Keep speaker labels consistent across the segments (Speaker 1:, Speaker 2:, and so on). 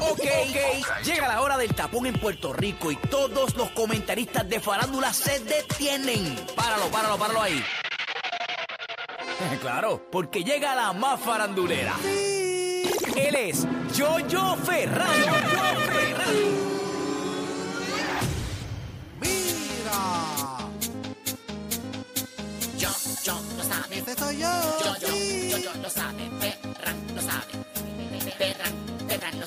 Speaker 1: Ok, ok. Llega la hora del tapón en Puerto Rico y todos los comentaristas de farándula se detienen. Páralo, páralo, páralo ahí. Claro, porque llega la más farandulera. Él es Jojo Ferran. Yoyo Ferran.
Speaker 2: Mira,
Speaker 3: Yo, yo, lo sabe.
Speaker 2: este soy yo.
Speaker 3: Yo, yo,
Speaker 2: sí.
Speaker 3: yo, yo, lo sabe. Ferran lo sabe. Ferran, Ferran lo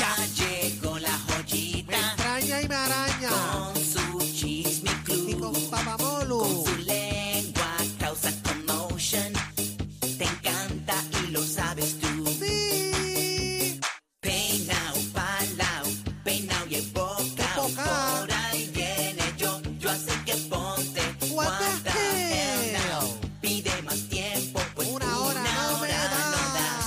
Speaker 3: Ya llegó la
Speaker 2: Me
Speaker 3: joyita.
Speaker 2: extraña y me araña.
Speaker 3: Con su chisme
Speaker 2: Y
Speaker 3: club,
Speaker 2: con
Speaker 3: con
Speaker 2: Papamolu.
Speaker 3: su lengua causa commotion. Te encanta y lo sabes tú.
Speaker 2: Sí.
Speaker 3: Peinao, palao, peinao y embocao.
Speaker 2: Embocao.
Speaker 3: Por ahí viene yo, yo así que ponte.
Speaker 2: What the
Speaker 3: guarda,
Speaker 2: hell?
Speaker 3: peinao. Pide más tiempo, pues
Speaker 2: Una hora no me
Speaker 3: hora no
Speaker 2: da.
Speaker 3: das.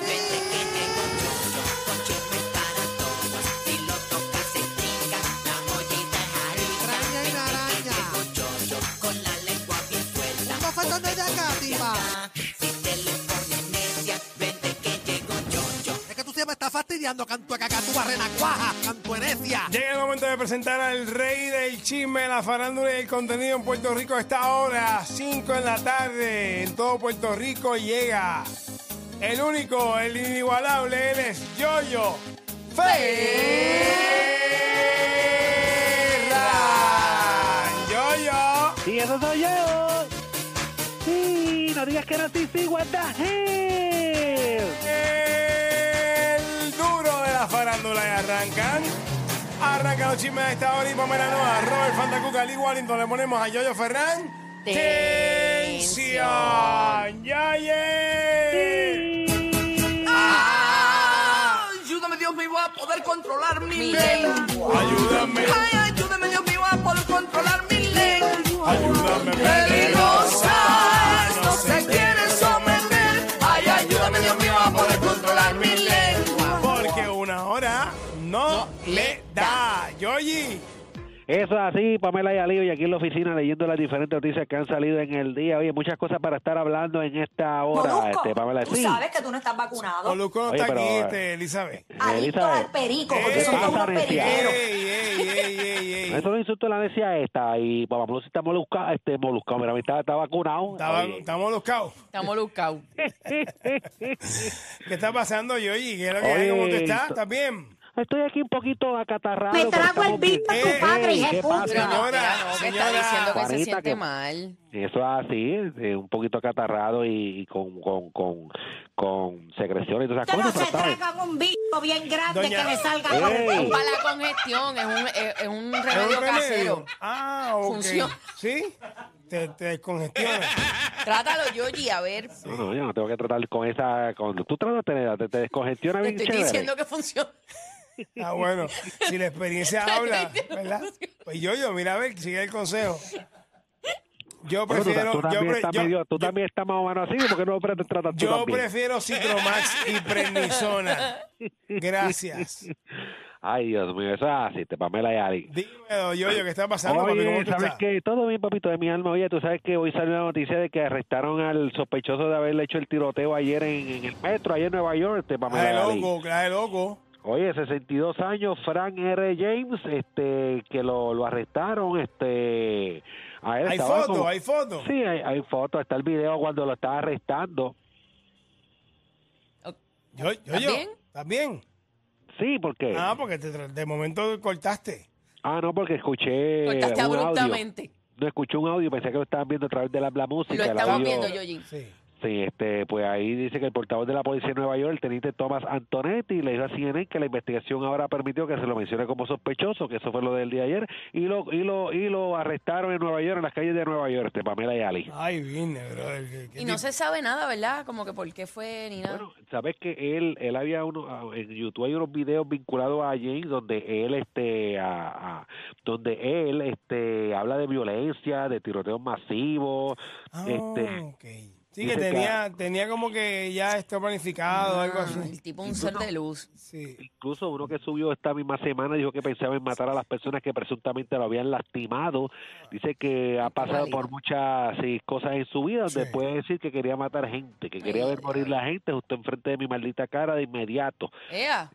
Speaker 2: Sí.
Speaker 3: Vete que tengo yo, con chisme para todos. Si lo tocas se trinca, la joyita es harina.
Speaker 2: Extraña y me araña.
Speaker 3: Yo con la lengua bien suelta.
Speaker 2: Un bofetón desde acá, tipa.
Speaker 3: Si te le pones necia, vente que llego yo, yo.
Speaker 2: Es que tú siempre estás fastidiando cantueca, cacatúa, renacuaja, cantuenecia.
Speaker 4: Llega el momento de presentar al rey del chisme, la farándula y el contenido en Puerto Rico a esta hora, 5 en la tarde. En todo Puerto Rico llega el único, el inigualable, él es Yoyo Ferran. Yoyo.
Speaker 5: Y eso soy yo. Sí, no digas que no sí, sí, what the hell.
Speaker 4: El duro de la farándula y arrancan. Arranca los chismes a esta hora y Pamela Noa, Robert Fantacuca, Lee Wallington, le ponemos a Yoyo Ferran. ¡Tensión! ¡Yoye!
Speaker 6: Ayúdame Dios mío a poder controlar mi,
Speaker 3: Mi
Speaker 6: lengua.
Speaker 4: Ayúdame,
Speaker 6: Ay, ayúdame Dios mío a poder controlar mi lengua.
Speaker 4: ayúdame,
Speaker 6: Peligrosas, no se quieren someter. Ay, ayúdame Dios mío a poder controlar mi lengua.
Speaker 4: Porque una hora no, le da. Yoyi,
Speaker 5: Eso es así, Pamela y Alío, y aquí en la oficina leyendo las diferentes noticias que han salido en el día. Oye, muchas cosas para estar hablando en esta hora,
Speaker 7: Molusco,
Speaker 5: este, Pamela.
Speaker 7: tú
Speaker 5: Sí.
Speaker 7: sabes que tú no estás vacunado.
Speaker 4: Oluco no
Speaker 5: Oye,
Speaker 4: está
Speaker 5: pero,
Speaker 4: aquí,
Speaker 5: eh,
Speaker 4: este, Elizabeth.
Speaker 7: Adictos
Speaker 5: Elizabeth.
Speaker 7: al perico, porque
Speaker 4: Ey,
Speaker 7: son
Speaker 5: ey,
Speaker 7: unos
Speaker 5: ey,
Speaker 7: periqueros.
Speaker 4: ey, ey, ey, ey, ey.
Speaker 5: Eso lo insultó la necia esta y papá Plus está moluscado, este moluscado, mira, está, está vacunado.
Speaker 4: Estaba-
Speaker 5: Oye,
Speaker 4: Estamos los caos.
Speaker 6: Estamos lucau.
Speaker 4: ¿Qué está pasando, Yoyi? ¿Qué es lo que hay?
Speaker 5: Oye,
Speaker 4: ¿Cómo tú estás?
Speaker 5: esto-
Speaker 4: ¿Estás bien?
Speaker 5: Estoy aquí un poquito acatarrado.
Speaker 7: Me
Speaker 5: pero
Speaker 7: trago
Speaker 5: estamos
Speaker 7: el bicho
Speaker 5: bien.
Speaker 7: a tu padre,
Speaker 5: Ey,
Speaker 7: hija de
Speaker 5: ¿qué
Speaker 7: puta.
Speaker 5: pasa?
Speaker 8: Pero no,
Speaker 4: Señora,
Speaker 8: pero no, que
Speaker 4: señora.
Speaker 8: está diciendo que
Speaker 5: Juanita,
Speaker 8: se siente
Speaker 5: que-
Speaker 8: mal.
Speaker 5: Eso es así, eh, un poquito acatarrado y, y con, con, con, con secreciones y todas
Speaker 7: Ustedes
Speaker 5: esas
Speaker 7: no
Speaker 5: cosas.
Speaker 7: se
Speaker 5: pero está bien.
Speaker 7: tragan un bicho bien grande
Speaker 4: Doña-
Speaker 7: que le salga
Speaker 5: Ey.
Speaker 7: con el
Speaker 8: Para la congestión, es un, es, es un
Speaker 4: ¿Es un
Speaker 8: remedio casero.
Speaker 4: Ah, ok.
Speaker 8: Funciona.
Speaker 4: ¿Sí? Te, te descongestiona.
Speaker 8: Trátalo, Yoyi, a ver.
Speaker 5: No, no, yo no tengo que tratar con esa. Con, tú tratas de te, te descongestiona
Speaker 8: Te
Speaker 5: bien
Speaker 8: estoy
Speaker 5: chévere.
Speaker 8: diciendo que funciona.
Speaker 4: Ah, bueno. Si la experiencia habla, ¿verdad? Pues yo, yo, mira, a ver, sigue el consejo. Yo
Speaker 5: Bueno, tú-
Speaker 4: prefiero...
Speaker 5: tú, también,
Speaker 4: yo, pre-
Speaker 5: estás
Speaker 4: yo-
Speaker 5: medio- tú
Speaker 4: yo-
Speaker 5: también estás más o menos así, porque no pre- te tratas tú
Speaker 4: yo
Speaker 5: también?
Speaker 4: prefiero Citromax y Prednisona. Gracias.
Speaker 5: Ay, Dios mío, eso es así, te Pamela y Ali.
Speaker 4: Dímelo, yo, yo, ¿qué está pasando, papi? ¿Cómo
Speaker 5: Oye,
Speaker 4: tú
Speaker 5: ¿sabes
Speaker 4: estás?
Speaker 5: qué? Todo bien, papito, de mi alma. Oye, tú sabes que hoy salió la noticia de que arrestaron al sospechoso de haberle hecho el tiroteo ayer en, en el metro, ayer en Nueva York, te Pamela
Speaker 4: Clase
Speaker 5: y Ali.
Speaker 4: loco, clase loco.
Speaker 5: Oye, 62 años, Frank R. James, este, que lo, lo arrestaron, este, a él
Speaker 4: Hay
Speaker 5: estaba
Speaker 4: fotos,
Speaker 5: como-
Speaker 4: hay fotos.
Speaker 5: Sí, hay, hay fotos, está el video cuando lo estaba arrestando.
Speaker 4: Yo, yo,
Speaker 8: ¿Estás
Speaker 4: yo.
Speaker 8: bien?
Speaker 4: ¿Estás bien?
Speaker 5: Sí, porque,
Speaker 4: Ah,
Speaker 5: ah,
Speaker 4: porque te tra- de momento cortaste.
Speaker 5: no, porque escuché
Speaker 8: Cortaste
Speaker 5: un audio,
Speaker 8: abruptamente.
Speaker 5: no escuché un audio, pensé que lo estaban viendo a través de la, la música.
Speaker 8: Lo
Speaker 5: el
Speaker 8: estamos
Speaker 5: audio-
Speaker 8: viendo, Yoyi.
Speaker 4: Sí.
Speaker 5: Sí, este, pues ahí dice que el portavoz de la policía de Nueva York, el teniente Thomas Antonetti, le dijo a CNN que la investigación ahora permitió que se lo mencione como sospechoso, que eso fue lo del día de ayer, y lo, y lo, y lo arrestaron en Nueva York, en las calles de Nueva York, este Pamela y Ali.
Speaker 4: Ay, vine, brother. qué- qué
Speaker 8: Y no
Speaker 4: tipo-
Speaker 8: se sabe nada, ¿verdad? Como que por qué fue ni nada.
Speaker 5: Bueno, sabes que él, él había uno ah, en YouTube hay unos videos vinculados a James donde él este a- a- donde él este habla de violencia, de tiroteos masivos,
Speaker 4: Ah,
Speaker 5: este
Speaker 4: ok. Sí, que
Speaker 5: dice que-
Speaker 4: tenía, tenía como que ya esto planificado, algo
Speaker 8: Ah, el
Speaker 4: así.
Speaker 8: tipo un ser de luz.
Speaker 4: Sí.
Speaker 5: Incluso uno que subió esta misma semana dijo que pensaba en matar a las personas que presuntamente lo habían lastimado. Dice que ha pasado por muchas sí, cosas en su vida donde
Speaker 4: Sí.
Speaker 5: puede decir que quería matar gente, que quería ver morir la gente justo enfrente de mi maldita cara de inmediato.
Speaker 8: Ea.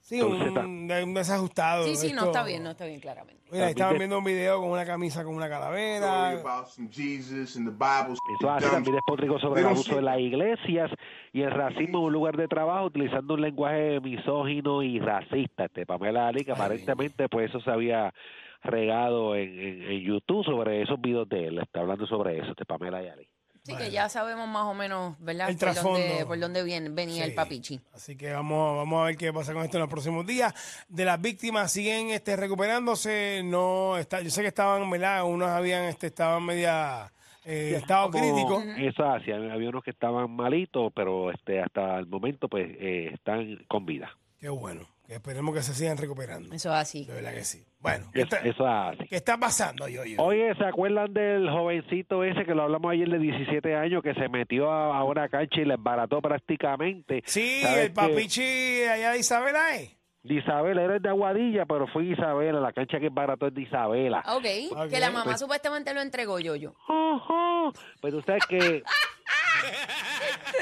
Speaker 4: Sí,
Speaker 5: Entonces,
Speaker 4: un, de- un desajustado.
Speaker 8: Sí, sí, no
Speaker 4: esto-
Speaker 8: está bien, no está bien, claramente.
Speaker 4: Mira, estaban
Speaker 5: También-
Speaker 4: viendo un video con una camisa con una
Speaker 6: Story
Speaker 4: calavera.
Speaker 6: about some Jesus and the Bible.
Speaker 5: Eso hace también despotricó sobre el
Speaker 6: Pero
Speaker 5: abuso
Speaker 6: sí.
Speaker 5: de las iglesias y el racismo en un lugar de trabajo utilizando un lenguaje misógino y racista. Este Pamela Ali, que aparentemente pues eso se había regado en, en- en YouTube sobre esos videos de él. Está hablando sobre eso, este Pamela y Ali.
Speaker 8: Sí, que ya sabemos más o menos, ¿verdad?
Speaker 4: El
Speaker 8: por dónde,
Speaker 4: trasfondo.
Speaker 8: por dónde viene,
Speaker 4: Sí.
Speaker 8: venía el papichi.
Speaker 4: Así que vamos, vamos a ver qué pasa con esto en los próximos días. De las víctimas siguen este, recuperándose. No está, yo sé que estaban, ¿verdad? Unos habían, este, estaban media eh, estado
Speaker 5: Como-
Speaker 4: crítico.
Speaker 5: Eso hace, había unos que estaban malitos, pero este hasta el momento pues eh, están con vida.
Speaker 4: Qué bueno. Que esperemos que se sigan recuperando.
Speaker 8: Eso es así.
Speaker 4: De verdad que sí. Bueno, ¿qué
Speaker 5: Eso,
Speaker 4: está,
Speaker 5: eso hace.
Speaker 4: qué está pasando, yo, yo?
Speaker 5: Oye, ¿se acuerdan del jovencito ese que lo hablamos ayer de 17 años que se metió a, a una cancha y les barató prácticamente?
Speaker 4: Sí,
Speaker 5: ¿Sabes
Speaker 4: el
Speaker 5: qué?
Speaker 4: papichi allá de Isabela, ¿eh?
Speaker 5: De Isabela, eres de Aguadilla, pero fue Isabela, la cancha que barató es de Isabela.
Speaker 8: Ok,
Speaker 4: Ok,
Speaker 8: que la mamá
Speaker 5: pues-
Speaker 8: supuestamente lo entregó yo, yo.
Speaker 5: Ujú. Pero usted que,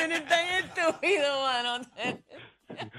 Speaker 8: Eres tan estúpido, mano.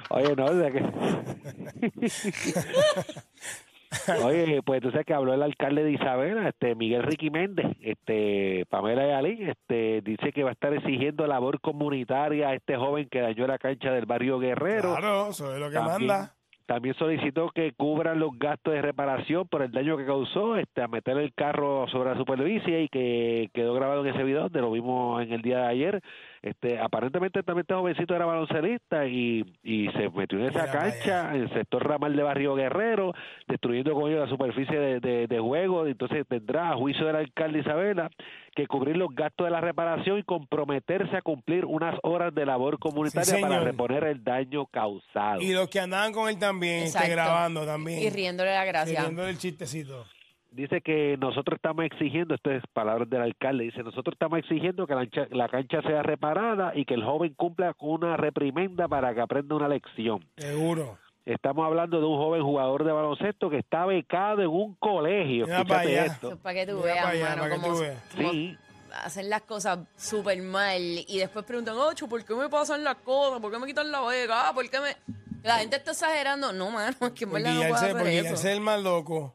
Speaker 5: oye, no, o sea que... Oye, pues tú sabes que habló el alcalde de Isabela, este Miguel Ricky Méndez, este Pamela y Ali, este dice que va a estar exigiendo labor comunitaria a este joven que dañó la cancha del barrio Guerrero.
Speaker 4: Claro, eso es lo que
Speaker 5: También-
Speaker 4: manda.
Speaker 5: También solicitó que cubran los gastos de reparación por el daño que causó este, a meter el carro sobre la superficie y que quedó grabado en ese video donde lo vimos en el día de ayer. Este, aparentemente también este jovencito era baloncelista y, y se metió en esa
Speaker 4: Mira para
Speaker 5: cancha, en el sector ramal de Barrio Guerrero, destruyendo con ello la superficie de, de- de juego. Entonces tendrá, a juicio del alcalde Isabela, que cubrir los gastos de la reparación y comprometerse a cumplir unas horas de labor comunitaria para
Speaker 4: señor.
Speaker 5: reponer el daño causado.
Speaker 4: Y los que andaban con él también, este,
Speaker 8: Exacto.
Speaker 4: grabando también.
Speaker 8: Y riéndole la gracia.
Speaker 4: Siguiendo el chistecito.
Speaker 5: Dice que nosotros estamos exigiendo, esto es palabras del alcalde, dice, nosotros estamos exigiendo que la cancha, la cancha sea reparada y que el joven cumpla con una reprimenda para que aprenda una lección.
Speaker 4: Seguro.
Speaker 5: Estamos hablando de un joven jugador de baloncesto que está becado en un colegio.
Speaker 4: Mira
Speaker 5: Escúchate
Speaker 4: para allá.
Speaker 5: esto.
Speaker 8: Eso es para que tú
Speaker 4: Mira
Speaker 8: veas,
Speaker 4: para allá,
Speaker 8: mano,
Speaker 4: para que
Speaker 8: cómo-
Speaker 4: tú veas.
Speaker 8: cómo
Speaker 5: Sí.
Speaker 8: hacen las cosas súper mal y después preguntan, ocho, ¿por qué me pasan las cosas? ¿Por qué me quitan la beca? Ah, ¿Por qué me...? La gente está exagerando. No, mano, es que en
Speaker 4: Porque
Speaker 8: verdad no
Speaker 4: ya
Speaker 8: puedes
Speaker 4: él se- porque
Speaker 8: hacer
Speaker 4: ya él es
Speaker 8: eso.
Speaker 4: el más loco.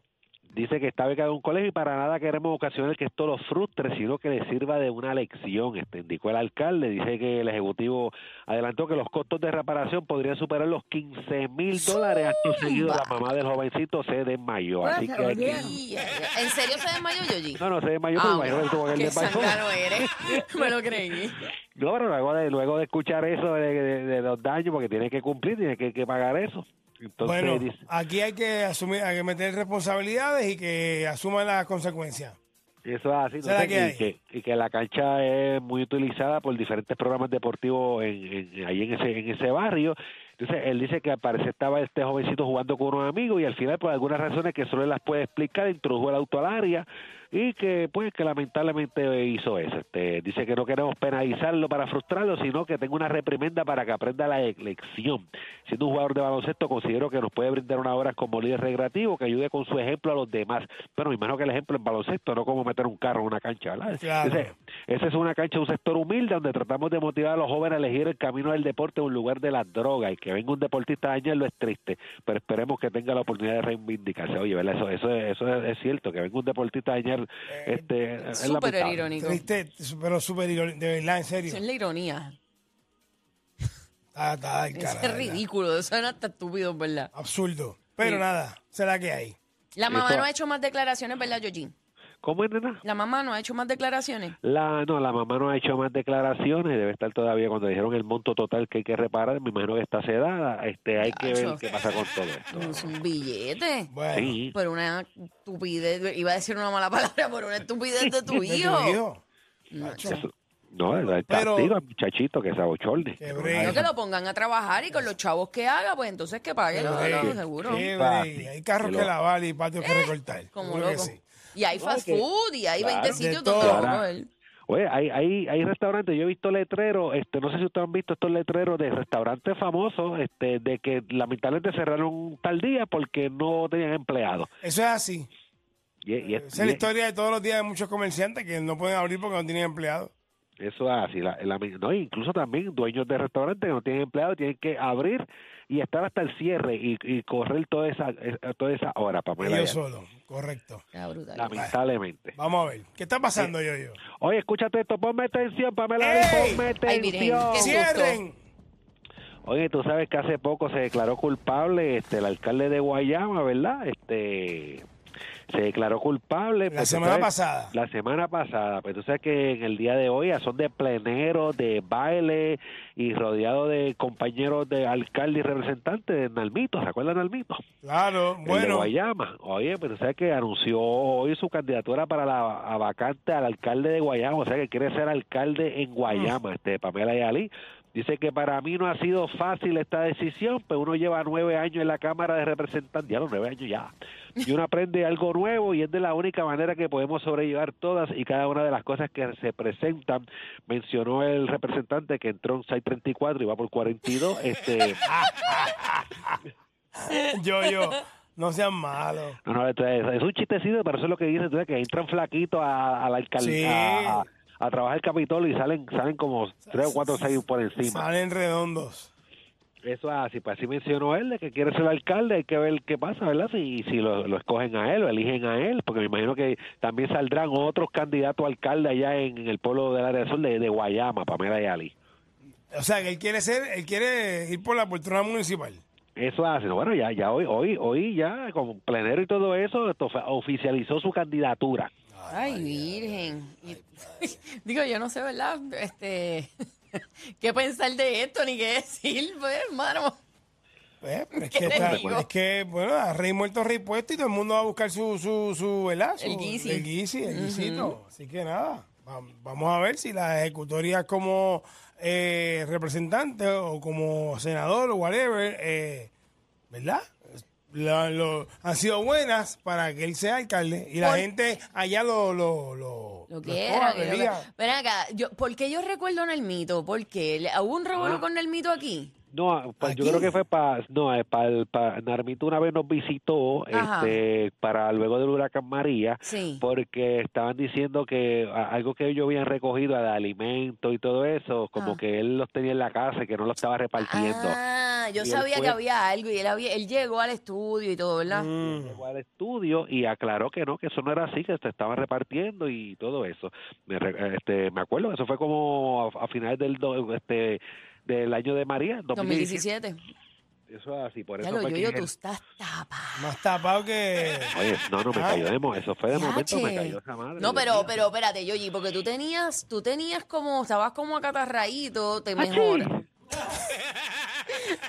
Speaker 5: Dice que está becado en un colegio y para nada queremos ocasionar que esto lo frustre, sino que le sirva de una lección, este, indicó el alcalde. Dice que el ejecutivo adelantó que los costos de reparación podrían superar los 15 mil dólares. Acto seguido, la mamá del jovencito se desmayó. Así que hay que-
Speaker 8: Y- eh, ¿En serio se desmayó Yoyi?
Speaker 5: No, no se desmayó, pero
Speaker 8: Ah,
Speaker 5: imagino que tuvo que
Speaker 8: qué
Speaker 5: el desmayó.
Speaker 8: sangano eres. me lo creí.
Speaker 5: No, pero luego de, luego de escuchar eso de, de- de los daños, porque tiene que cumplir, tiene que, que pagar eso. Entonces,
Speaker 4: bueno,
Speaker 5: dice-
Speaker 4: aquí hay que asumir, hay que meter responsabilidades y que asuma las consecuencias.
Speaker 5: Eso es así.
Speaker 4: ¿Será
Speaker 5: entonces,
Speaker 4: que hay?
Speaker 5: y, que, y que la cancha es muy utilizada por diferentes programas deportivos en, en- ahí en ese, en ese barrio. Entonces, él dice que al parecer estaba este jovencito jugando con unos amigos y al final, por algunas razones que solo él las puede explicar, introdujo el auto al área y que, pues, que lamentablemente hizo eso. Este, dice que no queremos penalizarlo para frustrarlo, sino que tenga una reprimenda para que aprenda la e- lección. Siendo un jugador de baloncesto, considero que nos puede brindar una hora como líder recreativo que ayude con su ejemplo a los demás. Pero me imagino que el ejemplo en baloncesto, no como meter un carro en una cancha, ¿verdad?
Speaker 4: Claro.
Speaker 5: Ese- esa es una cancha, un sector humilde donde tratamos de motivar a los jóvenes a elegir el camino del deporte en un lugar de las drogas. Y que venga un deportista a dañarlo es triste, pero esperemos que tenga la oportunidad de reivindicarse. Oye, ¿verdad? Eso, eso, es- eso es, es cierto, que venga un deportista a dañar. Este, es
Speaker 8: Eh, Súper
Speaker 5: lamentable.
Speaker 8: irónico.
Speaker 4: Triste, pero súper irón- de verdad, en serio.
Speaker 8: Eso es la ironía.
Speaker 4: Está- está del cara,
Speaker 8: Eso
Speaker 4: de
Speaker 8: es
Speaker 4: verdad.
Speaker 8: ridículo. Eso era hasta estúpido, ¿verdad?
Speaker 4: Absurdo. Pero nada, será que hay.
Speaker 8: La mamá
Speaker 5: Esto-
Speaker 8: no ha hecho más declaraciones, ¿verdad, Yoyi?
Speaker 5: ¿Cómo es, nena?
Speaker 8: La mamá no ha hecho más declaraciones.
Speaker 5: La, no, la mamá no ha hecho más declaraciones, debe estar todavía cuando dijeron el monto total que hay que reparar, me imagino que está sedada, este, hay que ver
Speaker 8: Chacho.
Speaker 5: qué pasa con todo esto.
Speaker 8: No, Es un billete.
Speaker 4: Bueno.
Speaker 5: Sí,
Speaker 8: Por una estupidez, iba a decir una mala palabra, por una estupidez de tu
Speaker 4: de tu
Speaker 8: hijo.
Speaker 4: hijo. Nacho.
Speaker 5: eso- no, el el
Speaker 4: Pero-
Speaker 5: castigo al muchachito que se abochorne.
Speaker 4: Qué
Speaker 8: Pero
Speaker 4: bregue.
Speaker 8: que lo pongan a trabajar y con los chavos que haga, pues entonces que paguen,
Speaker 4: Qué bregue.
Speaker 8: seguro.
Speaker 4: Qué
Speaker 5: Papi,
Speaker 4: bregue. Hay carros
Speaker 5: qué
Speaker 4: que
Speaker 5: loco.
Speaker 4: lavar y patios que recortar.
Speaker 8: Eh, Como
Speaker 4: Seguro que
Speaker 8: loco.
Speaker 4: sí.
Speaker 8: Y hay fast food y hay
Speaker 5: Claro.
Speaker 8: 20
Speaker 4: De
Speaker 8: sitios
Speaker 4: todo.
Speaker 8: donde lo
Speaker 5: Ahora,
Speaker 8: puedo ver.
Speaker 5: Oye, hay, hay, hay restaurantes, yo he visto letreros, este, no sé si ustedes han visto estos letreros de restaurantes famosos, este, de que lamentablemente cerraron tal día porque no tenían empleados.
Speaker 4: Eso es así.
Speaker 5: Y, y-
Speaker 4: Eh, Esa es la
Speaker 5: y-
Speaker 4: historia de todos los días de muchos comerciantes que no pueden abrir porque no tienen empleados.
Speaker 5: Eso es así. La, la- no, incluso también dueños de restaurantes que no tienen empleados tienen que abrir y estar hasta el cierre y, y correr toda esa, eh, toda esa hora, Pamela.
Speaker 4: Ellos
Speaker 5: Ayala.
Speaker 4: solos. Correcto.
Speaker 8: Está brutal.
Speaker 5: Lamentablemente.
Speaker 4: Vamos a ver. ¿Qué está pasando, yo, yo?
Speaker 5: Oye, escúchate esto, ponme atención, Pamela.
Speaker 4: ¡Ey!
Speaker 5: Ponme
Speaker 8: Ay, Virgen,
Speaker 5: atención.
Speaker 8: qué susto.
Speaker 4: ¡Cierren!
Speaker 5: Oye, tú sabes que hace poco se declaró culpable este el alcalde de Guayama, ¿verdad? Este se declaró culpable
Speaker 4: La
Speaker 5: pues, tú
Speaker 4: semana
Speaker 5: sabes,
Speaker 4: pasada.
Speaker 5: La semana pasada, pero tú sabes que en el día de hoy a son de pleneros, de baile y rodeado de compañeros de alcalde y representantes de Nalmito, ¿se acuerdan de Nalmito?
Speaker 4: Claro,
Speaker 5: El de
Speaker 4: bueno.
Speaker 5: Guayama. Oye, pero tú sabes que anunció hoy su candidatura para la a vacante al alcalde de Guayama, o sea que quiere ser alcalde en Guayama, este Pamela Yalí. Dice que para mí no ha sido fácil esta decisión, pero uno lleva nueve años en la Cámara de Representantes, ya los nueve años ya, y uno aprende algo nuevo y es de la única manera que podemos sobrellevar todas y cada una de las cosas que se presentan, mencionó el representante que entró en 634 y va por 42, este...
Speaker 4: Yo, yo. No sean malos.
Speaker 5: No, no, esto es, es un chistecito, pero eso es lo que dicen, tú sabes, que entran flaquitos a, a la alcaldía
Speaker 4: Sí.
Speaker 5: a, a- a trabajar el Capitolio y salen salen como tres o cuatro seis por encima.
Speaker 4: Salen redondos.
Speaker 5: Eso es así, pues así mencionó él, de que quiere ser alcalde, hay que ver qué pasa, ¿verdad? Si, si lo, lo escogen a él, lo eligen a él, porque me imagino que también saldrán otros candidatos a alcalde allá en, en el pueblo del área sur de, de Guayama, Pamela Yali.
Speaker 4: O sea, que él quiere ser, él quiere ir por la poltrona municipal.
Speaker 5: Eso hace, bueno, ya, ya hoy, hoy, hoy ya, con plenero y todo eso, esto fue- oficializó su candidatura.
Speaker 8: Ay, virgen. Y- Digo, yo no sé, ¿verdad? Este, ¿Qué pensar de esto ni qué decir, pues, hermano?
Speaker 4: Eh, pero es,
Speaker 8: ¿Qué
Speaker 4: que
Speaker 8: te
Speaker 4: está-
Speaker 8: digo?
Speaker 4: es que, bueno, a rey muerto, rey puesto y todo el mundo va a buscar su, su, su ¿verdad? Su-
Speaker 8: El guisi.
Speaker 4: El guisi, el guisito. Así que nada, va- vamos a ver si la ejecutoria como eh, representante o como senador o whatever, eh, ¿verdad? La- lo- han sido buenas para que él sea alcalde y la
Speaker 8: Por-
Speaker 4: gente allá lo... Lo, lo,
Speaker 8: Lo
Speaker 4: lo
Speaker 8: que
Speaker 4: escoja,
Speaker 8: era. que lo que-
Speaker 4: elija.
Speaker 8: Ven acá, yo, ¿por qué yo recuerdo Nelmito? ¿Por qué? ¿Le- ¿Hubo un
Speaker 5: Ah.
Speaker 8: revuelo con Nelmito aquí?
Speaker 5: No, pues yo
Speaker 4: ¿Aquí?
Speaker 5: creo que fue para, no, eh, para el, pa- Narmito una vez nos visitó,
Speaker 8: Ajá.
Speaker 5: este, para luego del huracán María,
Speaker 8: Sí.
Speaker 5: porque estaban diciendo que a- algo que ellos habían recogido de alimentos y todo eso, como
Speaker 8: Ah.
Speaker 5: que él los tenía en la casa y que no los estaba repartiendo.
Speaker 8: Ah, yo
Speaker 5: Y él
Speaker 8: sabía
Speaker 5: fue- Mm,
Speaker 8: que había algo y él, había, él llegó al estudio y todo, ¿verdad?
Speaker 4: Mm.
Speaker 5: Llegó al estudio y aclaró que no, que eso no era así, que se estaban repartiendo y todo eso. Me, re- este, me acuerdo, eso fue como a, a finales del, do- este, del año de María, 2017.
Speaker 8: 2017.
Speaker 5: Eso es así, por
Speaker 8: Ya
Speaker 5: eso
Speaker 8: lo
Speaker 5: fue
Speaker 8: yo,
Speaker 5: que
Speaker 8: yo,
Speaker 5: él-
Speaker 8: tú estás tapa.
Speaker 4: Más tapado que...
Speaker 5: Oye, no, no,
Speaker 4: Ah.
Speaker 5: me cayó de mo- eso fue de momento, me
Speaker 8: Yache.
Speaker 5: cayó esa madre. Dios
Speaker 8: No, pero,
Speaker 5: mío.
Speaker 8: pero espérate, Yoyi, porque tú tenías, tú tenías como, estabas como acatarraíto,
Speaker 4: Ah,
Speaker 8: te
Speaker 5: Achí.
Speaker 8: mejor,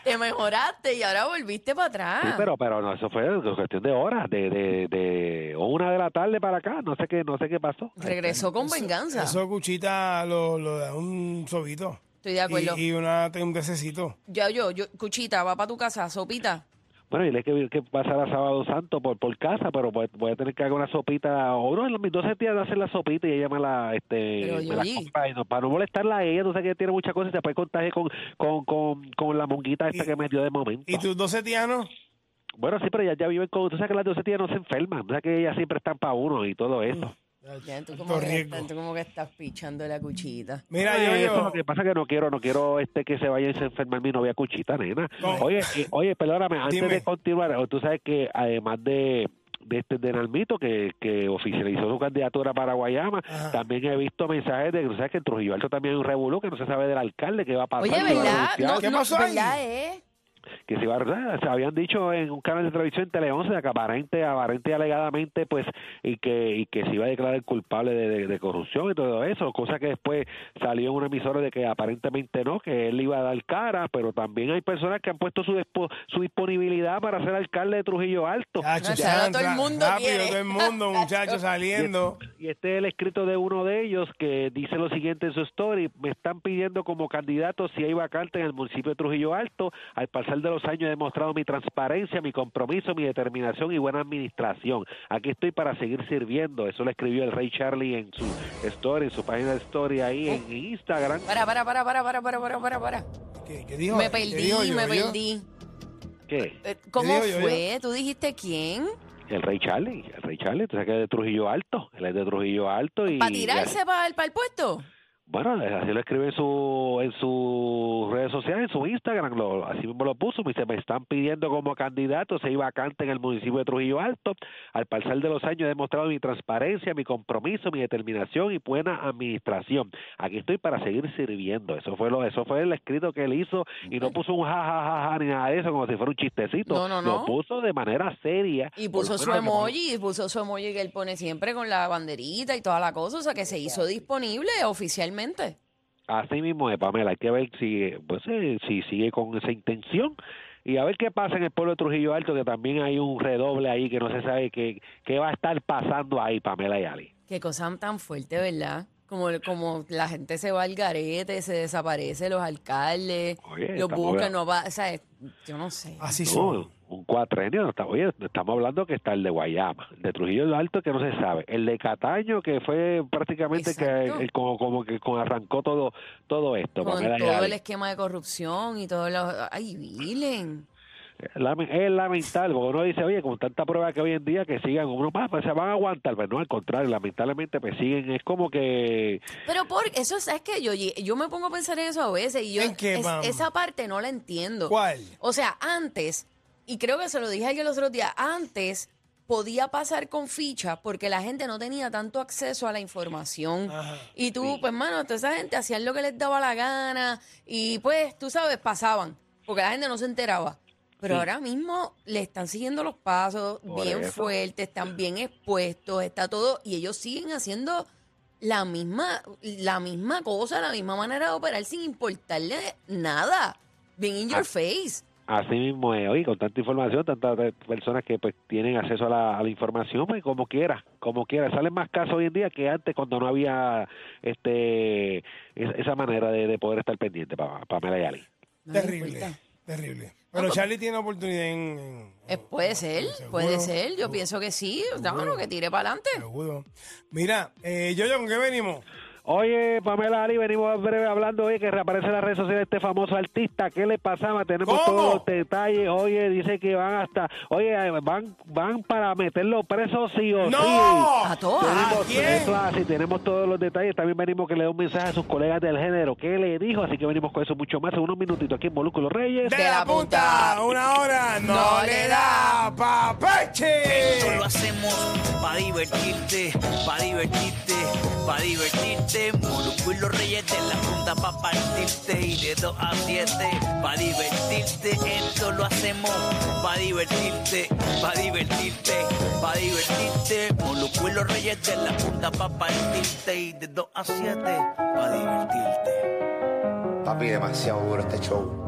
Speaker 8: te mejoraste y ahora volviste para atrás.
Speaker 5: Sí, pero, pero no, eso fue cuestión de horas, de, de, de una de la tarde para acá, no sé qué, no sé qué pasó.
Speaker 8: Regresó con venganza.
Speaker 4: Eso Cuchita lo, lo da un sobito.
Speaker 8: Estoy de acuerdo.
Speaker 4: Y, y una, un desecito.
Speaker 8: Ya, yo, yo, Cuchita, va para tu casa, sopita.
Speaker 5: Bueno, y le que, que pasará Sábado Santo por, por casa, pero voy, voy a tener que hacer una sopita, o no, en mis 12 días de hacer la sopita y ella me la, este,
Speaker 8: Pero,
Speaker 5: me la
Speaker 8: Yoyi.
Speaker 5: compra y no, para no molestarla a ella, no sé que ella tiene muchas cosas y después contagie con, con, con, con la monguita esta
Speaker 4: Y-
Speaker 5: que me dio de momento.
Speaker 4: ¿Y tus 12 tianos?
Speaker 5: Bueno, sí, pero ya, ya viven con, tú sabes que las 12 tías no se enferman, tú sabes que ellas siempre están para uno y todo eso.
Speaker 8: Mm. Ya, tú,
Speaker 4: Puerto
Speaker 8: como que,
Speaker 4: Rico.
Speaker 8: estás- tú como que estás pichando la cuchita.
Speaker 4: Mira,
Speaker 5: Eh, eso es
Speaker 4: yo,
Speaker 5: lo que
Speaker 4: yo.
Speaker 5: pasa es que no quiero, no quiero este que se vaya a enfermar mi novia cuchita, nena.
Speaker 4: No.
Speaker 5: Oye, eh, oye, perdóname, antes
Speaker 4: Dime.
Speaker 5: de continuar, tú sabes que además de de este de Nalmito que, que oficializó su candidatura para Guayama,
Speaker 4: Ajá.
Speaker 5: también he visto mensajes de que tú sabes que en Trujillo Alto también hay un revolú que no se sabe del alcalde que va a pasar.
Speaker 8: Oye,
Speaker 5: qué va a
Speaker 8: ¿verdad?
Speaker 5: anunciar.
Speaker 8: No,
Speaker 4: ¿Qué
Speaker 8: no,
Speaker 4: pasó ahí?
Speaker 8: ¿verdad, eh?
Speaker 5: que se iba a arrestar. Se habían dicho en un canal de televisión en Tele 11 que aparente, aparente y alegadamente, pues, y que, y que se iba a declarar culpable de, de- de corrupción y todo eso, cosa que después salió en una emisora de que aparentemente no, que él iba a dar cara, pero también hay personas que han puesto su, despo- su disponibilidad para ser alcalde de Trujillo Alto.
Speaker 8: O sea,
Speaker 4: Sandra,
Speaker 8: todo el mundo
Speaker 4: rápido,
Speaker 8: quiere.
Speaker 4: todo el mundo, muchachos, saliendo.
Speaker 5: Y este es el escrito de uno de ellos que dice lo siguiente en su story, me están pidiendo como candidato si hay vacante en el municipio de Trujillo Alto, al pasar de los años he demostrado mi transparencia, mi compromiso, mi determinación y buena administración. Aquí estoy para seguir sirviendo, eso lo escribió el Rey Charlie en su story, en su página de story ahí en Instagram.
Speaker 8: Para, para, para, para, para, para, para, para, para.
Speaker 4: ¿Qué, qué dijo?
Speaker 8: Me
Speaker 4: ¿Qué dijo
Speaker 8: perdí,
Speaker 4: yo,
Speaker 8: me
Speaker 4: yo?
Speaker 8: perdí.
Speaker 5: ¿Qué?
Speaker 8: Eh, ¿Cómo
Speaker 4: digo yo,
Speaker 8: fue? ¿Tú dijiste quién?
Speaker 5: El Rey Charlie, el Rey Charlie, tú sabes que es de Trujillo Alto, él es de Trujillo Alto y...
Speaker 8: ¿Para tirarse para el, para el puesto?
Speaker 5: Bueno, así lo escribe en su, en sus redes sociales, en su Instagram, lo- así mismo lo puso, me dice, me están pidiendo como candidato, se iba vacante en el municipio de Trujillo Alto, al pasar de los años he demostrado mi transparencia, mi compromiso, mi determinación y buena administración. Aquí estoy para seguir sirviendo, eso fue lo, eso fue el escrito que él hizo y no puso un ja, ja, ja, ja, ni nada de eso como si fuera un chistecito,
Speaker 8: No, no,
Speaker 5: lo
Speaker 8: no.
Speaker 5: puso de manera seria.
Speaker 8: Y
Speaker 5: Por lo
Speaker 8: puso su
Speaker 5: menos lo que-
Speaker 8: emoji, y puso su emoji que él pone siempre con la banderita y toda la cosa, o sea que se hizo disponible oficialmente.
Speaker 5: Así mismo es, Pamela. Hay que ver si, pues, eh, si sigue con esa intención y a ver qué pasa en el pueblo de Trujillo Alto, que también hay un redoble ahí que no se sabe qué, qué va a estar pasando ahí, Pamela y Ali.
Speaker 8: Qué cosa tan fuerte, ¿verdad? Como, como la gente se va al garete, se desaparece, los alcaldes,
Speaker 5: Oye,
Speaker 8: los
Speaker 5: estamos Ah,
Speaker 8: buscan,
Speaker 5: hablando-
Speaker 8: no va, o sea, es- yo no sé.
Speaker 4: Así
Speaker 5: No,
Speaker 4: son.
Speaker 5: un cuatrenio. no está- Oye, estamos hablando que está el de Guayama, el de Trujillo Alto que no se sabe, el de Cataño que fue prácticamente que,
Speaker 8: Exacto.
Speaker 5: el- como, como que como arrancó todo todo esto,
Speaker 8: Con
Speaker 5: Pamela y
Speaker 8: todo
Speaker 5: Ali.
Speaker 8: el esquema de corrupción y todo lo... ¡Ay, Vilen!
Speaker 5: Lame- Es lamentable, porque uno dice, oye, con tanta prueba que hoy en día que sigan, uno más, pues, se van a aguantar, pero no, al contrario, lamentablemente pues siguen, es como que,
Speaker 8: Pero por eso es que yo, yo me pongo a pensar en eso a veces y yo
Speaker 4: ¿En qué, mam?
Speaker 8: esa parte no la entiendo.
Speaker 4: ¿Cuál?
Speaker 8: O sea, antes, y creo que se lo dije a alguien los otros días, antes podía pasar con ficha porque la gente no tenía tanto acceso a la información. Y tú, pues, mano, toda esa gente hacían lo que les daba la gana y pues, tú sabes, pasaban porque la gente no se enteraba. Pero ahora mismo le están siguiendo los pasos
Speaker 5: Por
Speaker 8: bien
Speaker 5: eso.
Speaker 8: fuertes, están bien expuestos, está todo, y ellos siguen haciendo la misma, la misma cosa, la misma manera de operar sin importarle nada. Bien in your
Speaker 5: Ah.
Speaker 8: face.
Speaker 5: Así mismo es, oye, con tanta información, tantas eh, personas que pues tienen acceso a la, a la información, pues como quiera, como quiera. Salen más casos hoy en día que antes cuando no había este es- esa manera de, de poder estar pendiente, Pa- Pamela y Ali.
Speaker 8: No me
Speaker 4: Terrible,
Speaker 8: importa. Ah, pues.
Speaker 4: terrible. Pero Charlie tiene oportunidad en... en-
Speaker 8: Eh, puede ser,
Speaker 4: Seguro,
Speaker 8: puede ser. Yo
Speaker 4: seguro,
Speaker 8: pienso que sí. Dámonos que tire para adelante.
Speaker 4: Seguro. Mira, eh, Yoyo, ¿con qué venimos?
Speaker 5: Oye, Pamela Ali, venimos breve hablando, oye, que reaparece en las redes sociales este famoso artista. ¿Qué le pasaba? Tenemos
Speaker 4: ¿Cómo?
Speaker 5: todos los detalles. Oye, dice que van hasta, oye, van van para meterlo preso sí o sí.
Speaker 4: ¡No!
Speaker 8: A todas.
Speaker 4: ¿A
Speaker 5: Tenemos,
Speaker 4: quién?
Speaker 5: eso así, tenemos todos los detalles. También venimos que le dé un mensaje a sus colegas del género. ¿Qué le dijo? Así que venimos con eso mucho más en unos minutitos aquí en Molúsculos Reyes.
Speaker 4: De la punta, a una hora, no, le da papache.
Speaker 1: Esto lo hacemos para divertirte, para divertirte, para divertirte. Molusco y los reyes de la punta para partirte y de 2 a 7 para divertirte. Esto lo hacemos para divertirte, para divertirte, para divertirte. Molusco y los reyes de la punta para partirte y de 2 a 7 para divertirte.
Speaker 6: Papi, demasiado duro este show.